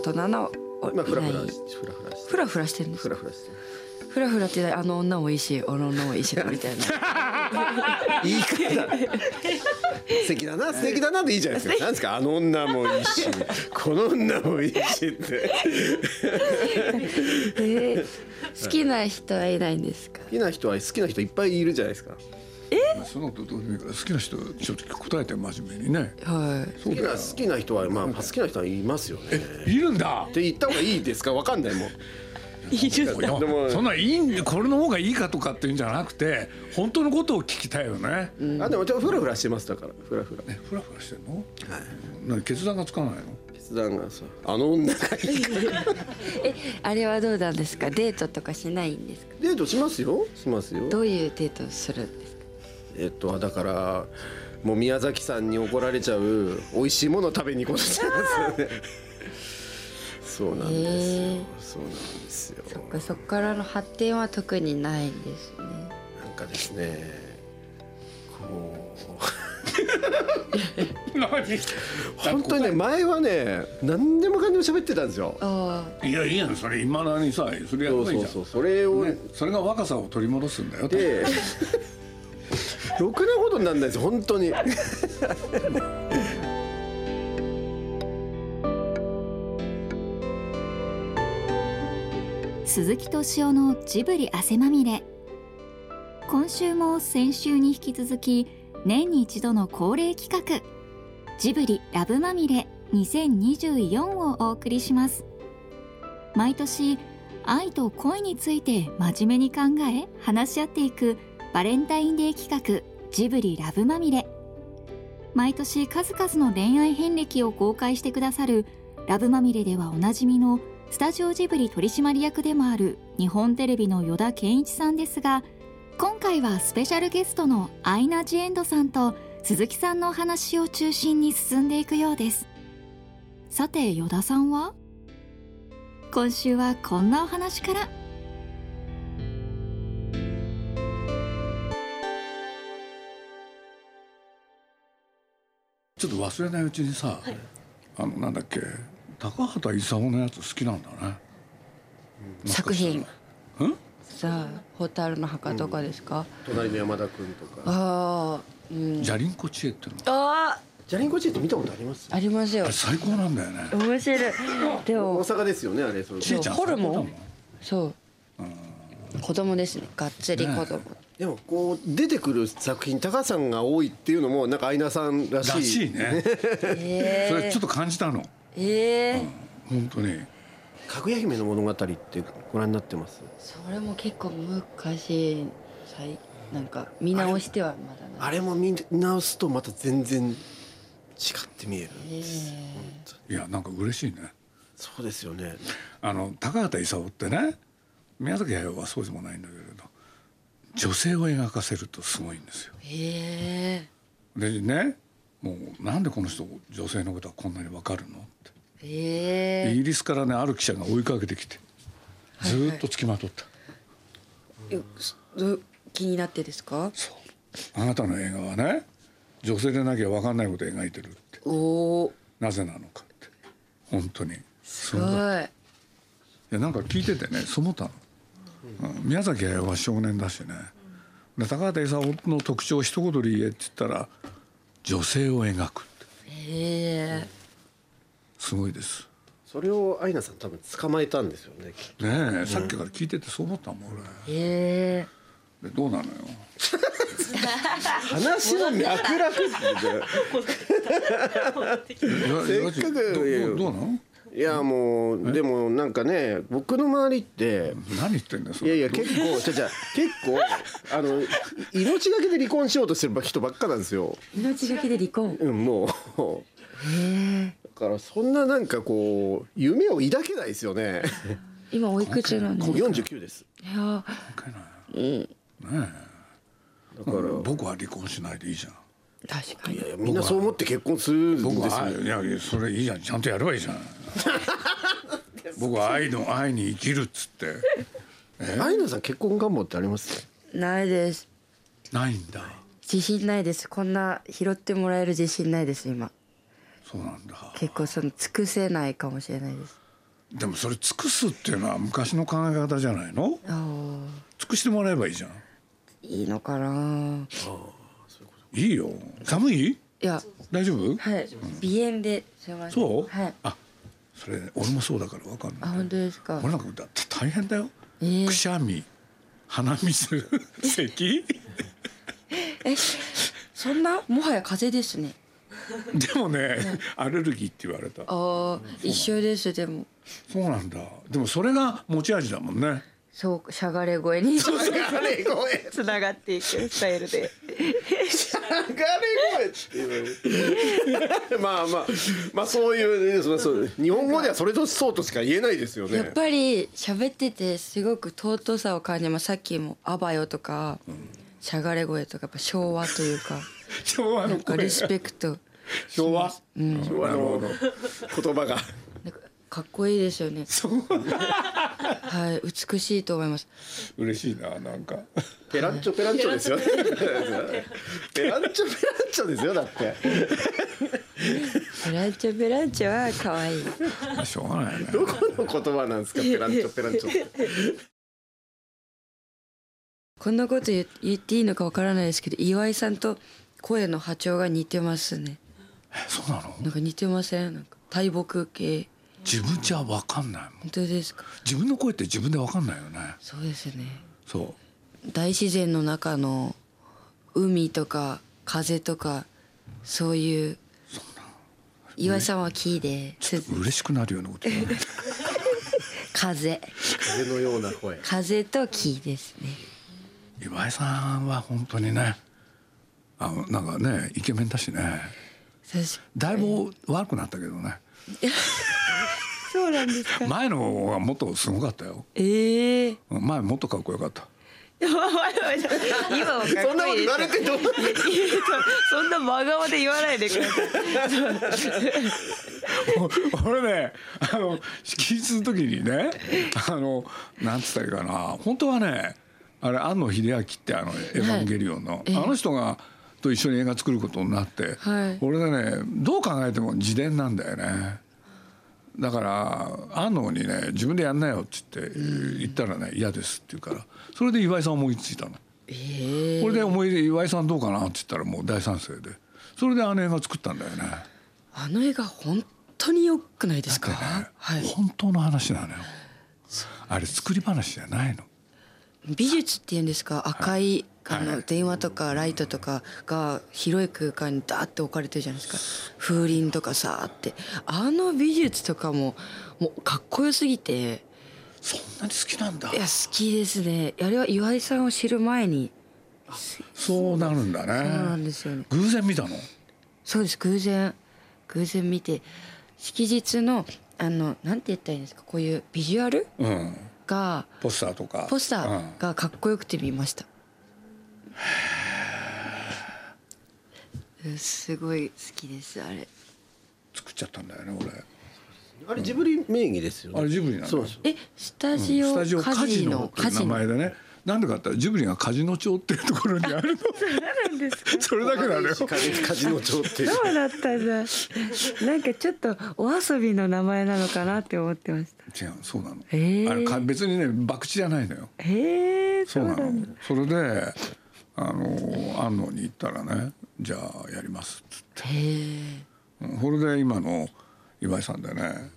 と7をおまあフラフいラないしフラフラしてフラフラしてるんですフラフラして フラフラってあの女もいいし俺の女もいいしみたいな言い方 素敵だな素敵だなでいいじゃない ですかなんですかあの女もいいしこの女もいいしって えー好きな人はいないんですか好きな人は好きな人いっぱいいるじゃないですかそのことどうでもいいから好きな人ちょっと答えて真面目にねはい好きな好きな人はまあ好きな人はいますよねっいるんだて言った方がいいですかわかんないもんいるんいやでもそんないいんでこれの方がいいかとかっていうんじゃなくて本当のことを聞きたいよね、あでもちょっとフラフラしてますだからフラフラえフラフラしてんの、なんか決断がつかないの決断がさあの女がいいからえあれはどうなんですかデートとかしないんですかデートしますよしますよどういうデートをするんですかえっとだからもう宮崎さんに怒られちゃう美味しいものを食べに行こうとしてますよね そうなんですよへえそうなんですよそっかそっからの発展は特にないんですねなんかですねこう本当にね前はね何でもかんでも喋ってたんですよああいやいいやんそれ今なにさそれやれそうばいそいじうゃんそうそれをねそれが若さを取り戻すんだよでろくなことにならないです本当に。鈴木敏夫のジブリ汗まみれ今週も先週に引き続き年に一度の恒例企画ジブリラブまみれ2024をお送りします毎年愛と恋について真面目に考え話し合っていくバレンタインデー企画ジブリラブまみれ毎年数々の恋愛遍歴を公開してくださるラブまみれではおなじみのスタジオジブリ取締役でもある日本テレビの依田健一さんですが今回はスペシャルゲストのアイナ・ジ・エンドさんと鈴木さんのお話を中心に進んでいくようですさて依田さんは今週はこんなお話からちょっと忘れないうちにさ、あのなんだっけ高畑勲のやつ好きなんだね作品うんさあ「蛍の墓」とかですか、隣の山田君とか。ああうんジャリンコ知恵っていうのあジャリンコチェって見たことありますあ。ありますあよれ最高なんだよね面白いで大も阪ですよね、あれ、そう。ちいちゃんホルモン最高だそう子供ですねがっつり子供、でも、こう、出てくる作品、高さんが多いっていうのも、なんか、アイナさんらしい。らしいねそれえちょっと感じたのえええ本当にかぐや姫の物語って、ご覧になってます。それも結構昔最なんか見直してはまだないあれも見直すと、また全然。違って見える。ええいやなんか嬉しいねそうですよね。あの高畑勲ってね宮崎駿はそうでもないんだけれど女性を描かせるとすごいんですよ。えでねもうなんでこの人女性のことはこんなにわかるのってええイギリスからねある記者が追いかけてきてずーっとつきまとった、えど気になってですかあなたの映画はね女性でなきゃわかんないことを描いてるっておおなぜなのかって本当にすすごいいいやなんか聞いててねそう思ったの、うん宮崎駿は少年だしねで高畑勲の特徴を一言で言えって言ったら女性を描くってええすごいですそれを、アイナさん、多分捕まえたんですよね。ねえさっきから聞いててそう思ったもんええ俺でどうなのよ話の脈絡っていうか。せっかくどどどうなのいや、もう、でも、なんかね、僕の周りって。何言ってんだよそいれやいやどう結構じゃじゃ結構あのい命がけで離婚しようとしてる人ばっかなんですよ。命がけで離婚うんもう。だからそんななんかこう夢を抱けないですよね。今おいくつなんですか四十九です。いや関係ないだから僕は離婚しないでいいじゃん確かにいやみんなそう思って結婚するん僕ですはよ。いやいやそれいいじゃんちゃんとやれば いいじゃん僕は愛の愛に生きるっつってアイナさん結婚願望ってあります？ないですないんだ自信ないですこんな拾ってもらえる自信ないです今そうなんだ結構その尽くせないかもしれないですでもそれ尽くすっていうのは昔の考え方じゃないのあー尽くしてもらえばいいじゃんいいのかないいよ寒いいや大丈夫はい鼻炎でしましたそうはいあそれ俺もそうだから分かんあない本当ですか俺なんかだって大変だよえーくしゃみ鼻 水咳えそんなもはや風邪ですねでもねアレルギーって言われたああ一緒ですでもそうなんだでもそれが持ち味だもんねそうかしゃがれ声 に流れ声流 つながっていくスタイルでれ声っていう まあまあまあそういうねそうそう日本語ではそれとそうとしか言えないですよねやっぱり喋っててすごく尊さを感じますさっきも「あばよ」とか「しゃがれ声」とかやっぱ昭和という か昭和なのんか声リスペクト昭和昭和の言葉がなんかかっこいいですよねそうはい美しいと思います嬉しいなな んかペランチョペランチョですよねペランチョペランチョですよだってベランチョベランチョは可愛いしょうがないねどこの言葉なんですかペランチョペランチョってこんなこと言言っていいのかわからないですけど岩井さんと声の波長が似てますねそうなのなんか似てませんなんか大木系自分じゃ分かんないもん本当ですか自分の声って自分で分かんないよねそうですねそ大自然の中の海とか風とかそういう岩井さんは木でつう嬉しくなるようなことだね風風のような声風と木ですね岩井さんは本当にねあのなんかねイケメンだしね確だいぶ悪くなったけどねそうなんですか前のはもっとすごかったよええうん前もっとかっこよかった 今はかっこいいですそんなこと言われてどうそんな真顔で言わないでくださいお 俺ねあの式日の時にねあのなんつったらいいかな本当はねあれ庵野秀明ってあの「エヴァンゲリオンの」あの人がと一緒に映画作ることになって、はい俺がねどう考えても自伝なんだよねだから庵野にね自分でやんなよって言って言ったらね嫌ですって言うからそれで岩井さん思いついたの。ええこれで思い出岩井さんどうかなって言ったらもう大賛成でそれであの映画作ったんだよね。あの映画本当に良くないですか、はい本当の話なのよあれ作り話じゃないの美術っていうんですか赤いあの電話とかライトとかが広い空間にダーって置かれてるじゃないですか風鈴とかさーってあの美術とかももうかっこよすぎてそんなに好きなんだいや好きですねあれは岩井さんを知る前にそうなるんだそうなんねですよね偶然見たのそうです偶然偶然見て式日のあのなんて言ったらいいんですかこういうビジュアルうんがポスターとかポスタうんーがかっこよくて見ました。うんすごい好きですあれ。作っちゃったんだよねあれジブリ名義ですよ俺あれジブリなのそうそうえスタジスオタジオカカジジノノっていう名前でねなんでかって言ったらジブリがカジノ町っていうところにあるのそれだけなのよカジノ町ってそうだったんだ。なんかちょっとお遊びの名前なのかなって思ってました。違うそうなのへーあれか別にね博打じゃないのよへえそうなのそれであの安野に行ったらねじゃあやりますっつってへえうんそれで今の岩井さんでね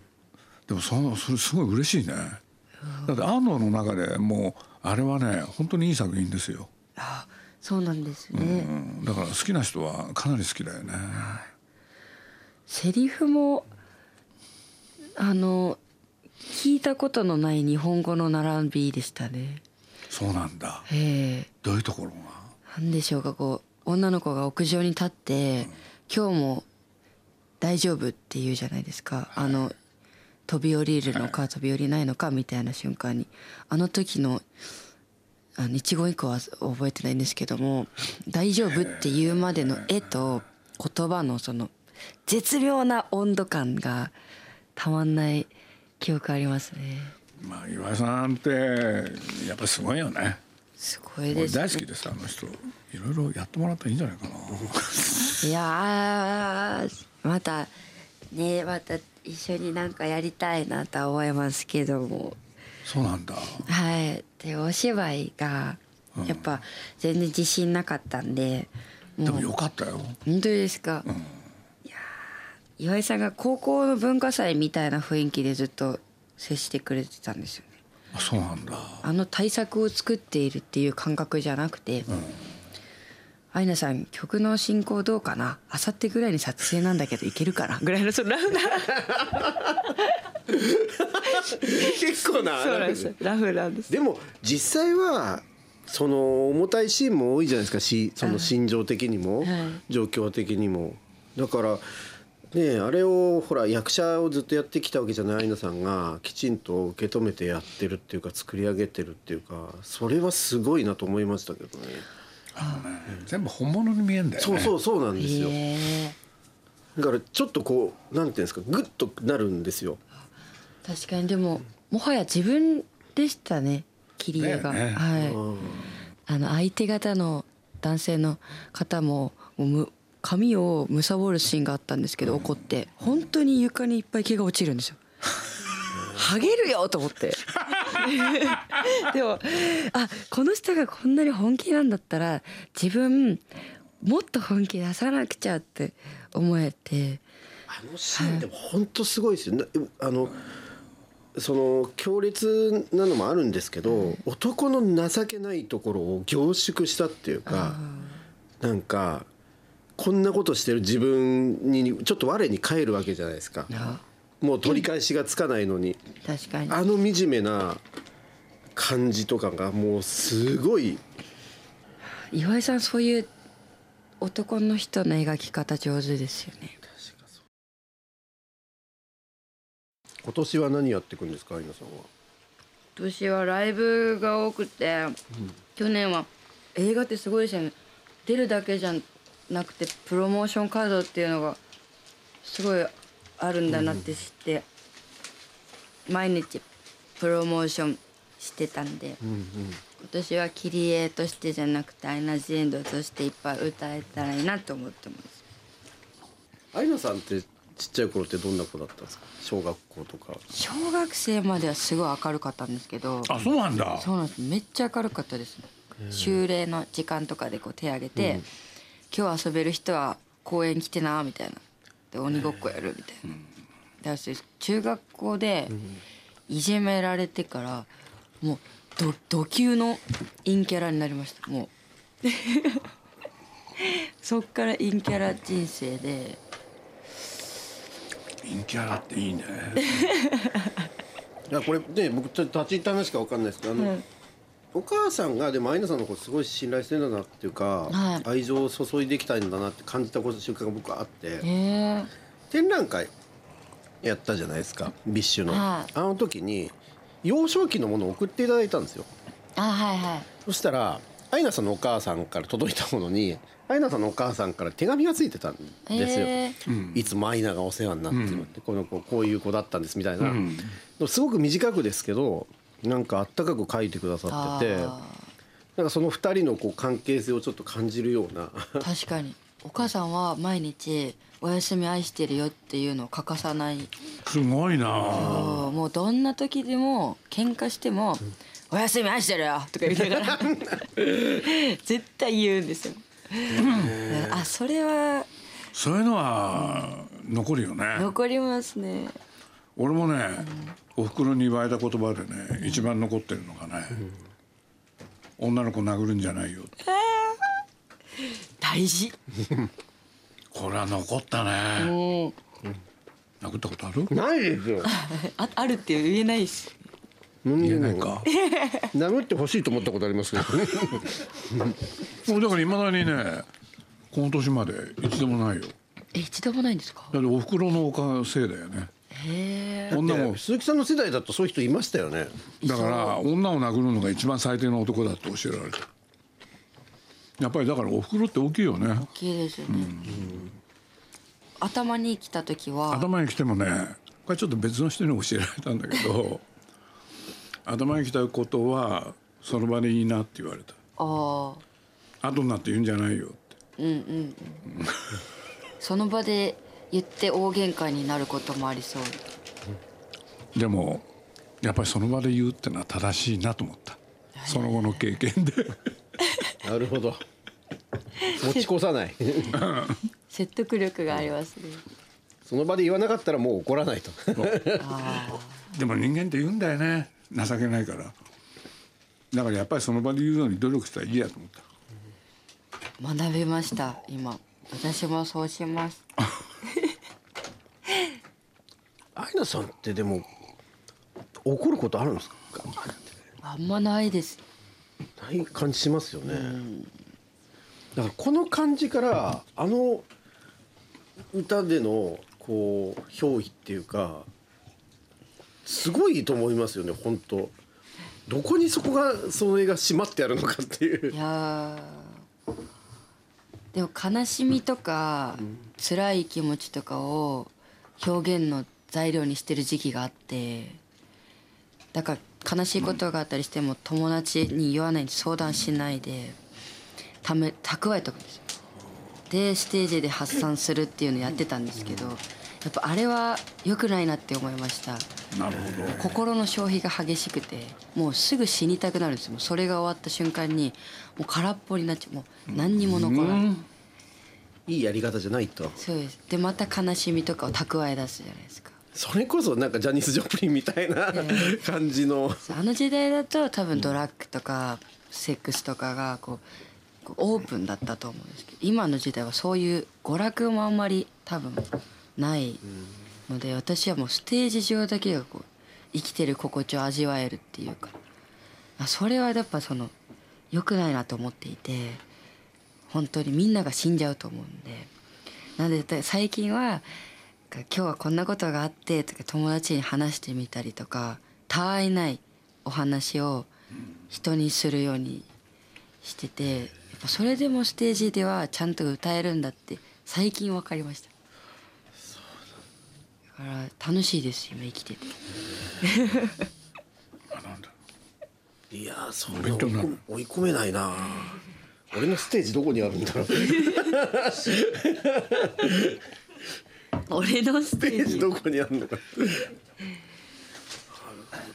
でもそのそれすごい嬉しいねだって安野の中でもうあれはね本当にいい作品ですよ、あそうなんですね。うん、だから好きな人はかなり好きだよねセリフもあの聞いたことのない日本語の並びでしたね。そうなんだへえ。どういうところがなんでしょうかこう女の子が屋上に立って「今日も大丈夫」って言うじゃないですか、あの飛び降りるのか飛び降りないのかみたいな瞬間にあの時のあの一言一句は覚えてないんですけども「大丈夫」って言うまでの絵と言葉のその絶妙な温度感がたまんない記憶ありますね。まあ岩井さんってやっぱすごいよねすごい俺です大好きですあの人いろいろやってもらったらいいんじゃないかないやーまたねまた一緒になんかやりたいなとは思いますけどもそうなんだはいでお芝居がやっぱ全然自信なかったんで、でももうよかったよ本当ですか、いやー岩井さんが高校の文化祭みたいな雰囲気でずっと接してくれてたんですよねあそうなんだあの対策を作っているっていう感覚じゃなくて、アイナさん曲の進行どうかなあさってぐらいに撮影なんだけどいけるかなぐらいのそのラフな 結構なそうなんですよラフなんですでも実際はその重たいシーンも多いじゃないですかしその心情的にも、い状況的にもだからねえあれをほら役者をずっとやってきたわけじゃないアイナさんがきちんと受け止めてやってるっていうか作り上げてるっていうかそれはすごいなと思いましたけどね全部本物に見えんだよねそうそうそうなんですよへーだからちょっとこうなんていうんですかグッとなるんですよ確かにでももはや自分でしたね切り絵が、だよねはいあの相手方の男性の方ももうむ髪を貪るシーンがあったんですけど怒って本当に床にいっぱい毛が落ちるんですよハゲるよと思って でもあこの人がこんなに本気なんだったら自分もっと本気出さなくちゃって思えてあのシーンでも本当すごいですよ。なあのその強烈なのもあるんですけど、男の情けないところを凝縮したっていうか、なんかこんなことしてる自分にちょっと我に返るわけじゃないですか。あもう取り返しがつかないのに、確かにあの惨めな感じとかがもうすごい岩井さんそういう男の人の描き方上手ですよね今年は何やっていくんですかアイナさんは今年はライブが多くて、去年は映画ってすごいですよね出るだけじゃなくてプロモーションカードっていうのがすごいあるんだなって知って、毎日プロモーションしてたんで、今年は切り絵としてじゃなくてアイナ・ジ・エンドとしていっぱい歌えたらいいなと思ってますアイナさんってちっちゃい頃ってどんな子だったんですか小学校とか小学生まではすごい明るかったんですけどあそうなんだそうなんですめっちゃ明るかったです修礼の時間とかでこう手挙げて、今日遊べる人は公園来てな」みたいなで鬼ごっこやるみたいな、だから中学校でいじめられてからもうどド級の陰キャラになりましたもう そっから陰キャラ人生で陰キャラっていいねいやこれね僕ちょっと立ち入った話しかわかんないですけどあの、お母さんがでもアイナさんのことすごい信頼してるんだなっていうか、はい愛情を注いできたんだなって感じたこと瞬間が僕はあっへてえ展覧会やったじゃないですかビッシュの、はいあの時に幼少期のものを送っていただいたんですよあはいはいそしたらアイナさんのお母さんから届いたものにアイナさんのお母さんから手紙がついてたんですよ、へいつもアイナがお世話になってるって、この子こういう子だったんですみたいな、でもすごく短くですけどなんかあったかく書いてくださっててあーなんかその2人のこう関係性をちょっと感じるような確かにお母さんは毎日「おやすみ愛してるよ」っていうのを欠かさないすごいなもうどんな時でも喧嘩しても「おやすみ愛してるよ」とか言いなが ら絶対言うんですよ。あそれはそういうのは残るよね残りますね。俺もねおふくろに言われた言葉でね一番残ってるのがね女の子殴るんじゃないよ大事。これは残ったねもう殴ったことある ないですよああるって言えないし。何言えないか 殴ってほしいと思ったことありますけ どねもうだからいまだにねこの年まで一度もないよえ一度もないんですか。だっておふくろのおかせいだよねへえ。女も鈴木さんの世代だとそういう人いましたよ ねだから女を殴るのが一番最低の男だって教えられたやっぱりだからおふくろって大きいよね大きいですよね。頭に来た時は。頭に来てもねこれちょっと別の人に教えられたんだけ ど頭に来たことはその場でいいなって言われたああ。後になって言うんじゃないよってその場で言って大喧嘩になることもありそうでもやっぱりその場で言うってのは正しいなと思ったその後の経験でなるほど持ち越さない 説得力がありますね、その場で言わなかったらもう怒らないと でも人間って言うんだよね情けないからだからやっぱりその場で言うように努力したらいいやと思った学びました今私もそうします愛菜さんってでも怒ることあるんですかあんまないですない感じしますよね、だからこの感じからあの歌でのこう表意っていうかすごいと思いますよね本当どこにそこがその絵が締まってあるのかっていういやーでも悲しみとか辛い気持ちとかを表現の材料にしてる時期があってだから悲しいことがあったりしても友達に言わないで相談しないでため蓄えとくんですよでステージで発散するっていうのやってたんですけどやっぱあれは良くないなって思いましたなるほど心の消費が激しくてもうすぐ死にたくなるんですよもうそれが終わった瞬間にもう空っぽになっちゃうもう何にも残らない、いいやり方じゃないとそうですでまた悲しみとかを蓄え出すじゃないですかそれこそなんかジャニーズ・ジョプリンみたい な感じのそうあの時代だと多分ドラッグとかセックスとかがこうこうオープンだったと思うんですけど今の時代はそういう娯楽もあんまり多分ないので私はもうステージ上だけがこう生きてる心地を味わえるっていうかあそれはやっぱその良くないなと思っていて本当にみんなが死んじゃうと思うんでなので最近は今日はこんなことがあってとか友達に話してみたりとかたわいないお話を人にするようにしててやっぱそれでもステージではちゃんと歌えるんだって最近分かりましただから楽しいです今生きてていやーそ勉れ追い強にな込るむ追い込めないな俺のステージどこにあるんだろうス俺のステテーージジどこにあるのか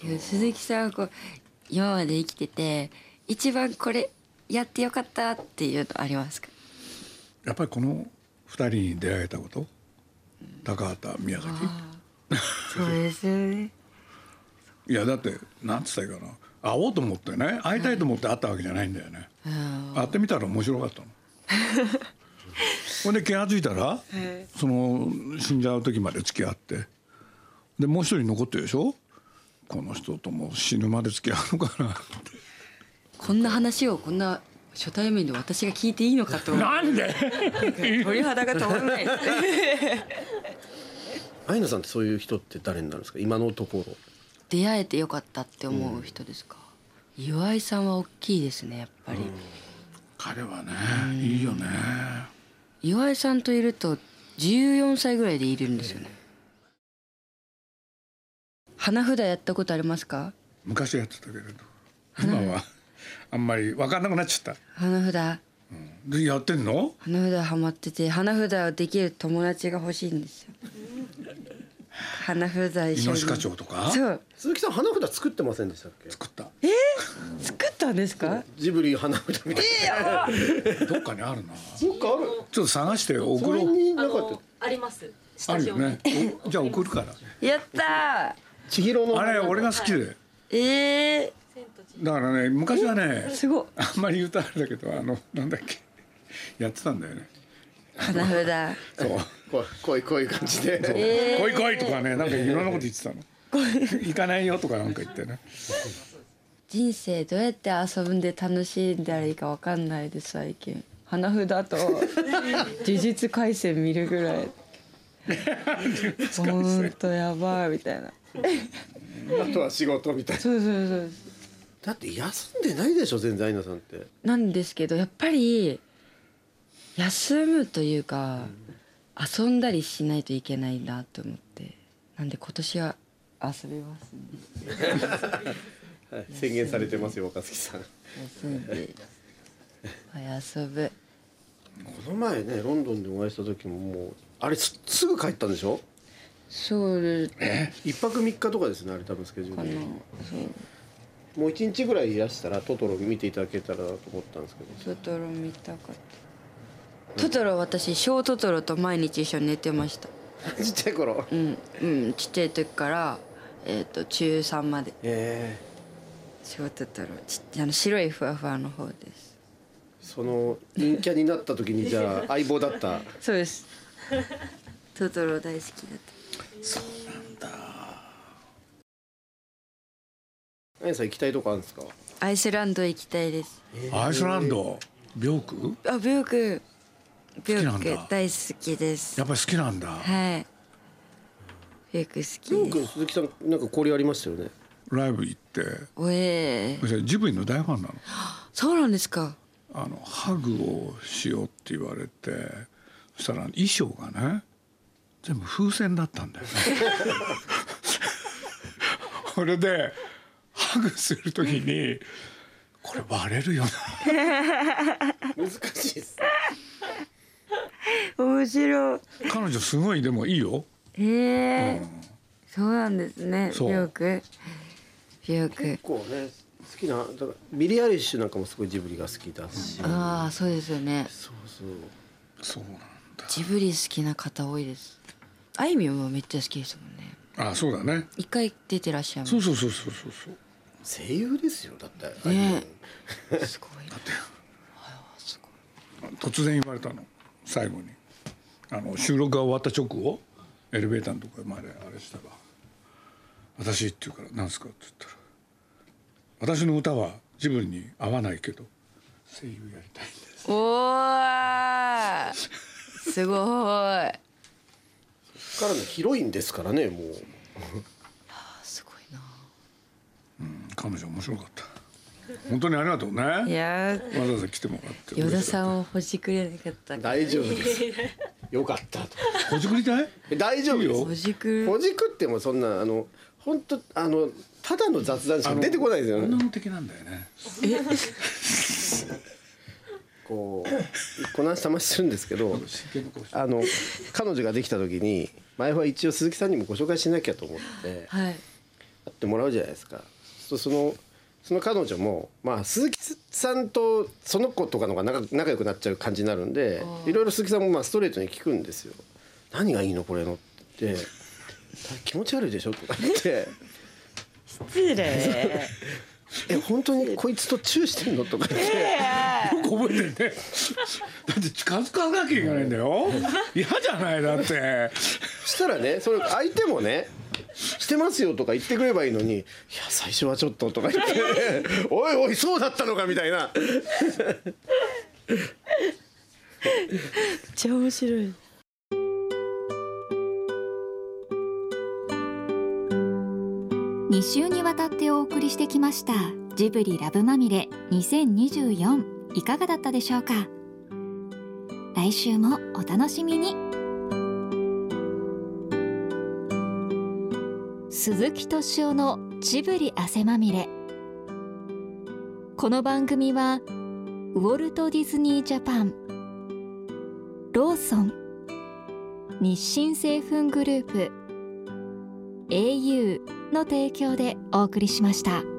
いや鈴木さんはこう今まで生きてて一番これやってよかったっていうのありますかやっぱりこの二人に出会えたこと高畑宮崎そうですよねいやだってなんつったらいいかな会おうと思ってね会いたいと思って会ったわけじゃないんだよね、会ってみたら面白かったのほんで気が付いたら、その死んじゃう時まで付き合ってでもう一人残ってるでしょこの人とも死ぬまで付き合うのかなこんな話をこんな初対面で私が聞いていいのかとなんで鳥肌が止まらないですね愛菜さんってそういう人って誰になるんですか今のところ出会えてよかったって思う人ですか、岩井さんは大きいですねやっぱり、彼はねいいよね岩井さんといると14歳ぐらいでいるんですよね、花札やったことありますか昔やってたけれど今はあんまり分かんなくなっちゃっ花札たでやってんの花札ハマってて花札をできる友達が欲しいんですよ花札イ一緒ノにシカチョウとかそう鈴木さん花札作ってませんでしたっけ作った作ったんですかジブリ花札みたいどっかにあるななどっかあるちょっと探して送これろう。になかったあります。スあタるジよオに。ね。おじゃあ送 るから。やった千尋のあれ俺が好きで。ーえ千と千尋だからね昔はねー、すごいあんまり言うとあれだけどあのなんだっけやってたんだよね。花札そう。こうこういうこういう感じで来い来いとかねなんかいろんなこと言ってたの。行かないよとかなんか言って ね。人生どうやって遊んで楽しんだらいいかわかんないです最近花札と呪 術廻戦見るぐらい本当やばいみたいなあとは仕事みたいなそうそうそうですだって休んでないでしょ全然アイナさんってなんですけどやっぱり休むというか遊んだりしないといけないなと思ってなんで今年は遊びますねはい宣言されてますよ若槻さんこ休んではい遊ぶの前ねロンドンでお会いした時ももうあれすすぐ帰ったんでしょそう一泊三日とかですねあれ多分スケジューかルなでそうもう一日ぐらいいらしたらトトロ見ていただけたらと思ったんですけどトトロ見たかったトトロ私小トトロと毎日一緒に寝てました ちっちゃい頃うんうんちっちゃい時からえっ、と中3までえ小トトロちっあの白いふわふわの方ですえその陰キャになった時にじゃあ 相棒だったそうですトトロ大好きだっ何さん行きたいとこあるんですかたアイスランド行きたいですアイスランドビョークあビョークビョ好きなんーだク大好きですやっぱり好きなんだ、はいビョーク好よきですく鈴木さんなんか交流ありましたよねライブ行っておえーそしたらジブリの大ファンなのそうなんですかあのハグをしようって言われてそしたら衣装がね全部風船だったんだよね。 それでハグする時にこれ割れるよな難しいっす面白い彼女すごいでもいいよへえ、そうなんですねそうビョークビョーク結構ね好きなだからビリー・アイリッシュなんかもすごいジブリが好きだし、ああそうですよねそうそうそうなんだジブリ好きな方多いですあいみょんもめっちゃ好きですもんねあそうだね一回出てらっしゃいますそうそうそうそうそうそう声優ですよだって、ねすごいなすごい突然言われたの最後にあの収録が終わった直後エレベーターのところまであれしたら「私」って言うから「何ですか?」って言ったら「私の歌は自分に合わないけど声優やりたいんですおーすごいからのヒロインですからねもうすごいな」彼女面白かった本当にありがとうねわいざやーわざ来てもらって与田さんを欲しくれなかった大丈夫 ですよかったとほじくりたいえ大丈夫です欲しくほじくってもそんなあの本当あのただの雑談しか出てこないですよ女ねの的なんだよねこうこの話たましてるんですけど真剣な顔してあの彼女ができた時に前は一応鈴木さんにもご紹介しなきゃと思ってはい会ってもらうじゃないですかそうするとそのその彼女も、まあ、鈴木さんとその子とかの方が仲仲良くなっちゃう感じになるんでいろいろ鈴木さんもまあストレートに聞くんですよ「何がいいのこれの」って言って「気持ち悪いでしょ」とか言って失礼「え本当にこいつとチューしてんの?」とか言って。よく覚えてるねだって近づかなきゃいけないんだよ嫌じゃないだってしたらねそれ相手もね「してますよ」とか言ってくればいいのに「いや最初はちょっと」とか言って 「おいおいそうだったのか」みたいなめっちゃ面白い2週にわたってお送りしてきましたジブリラブまみれ2024いかがだったでしょうか来週もお楽しみに鈴木敏夫のジブリ汗まみれこの番組はウォルト・ディズニー・ジャパンローソン日清製粉グループ au の提供でお送りしました。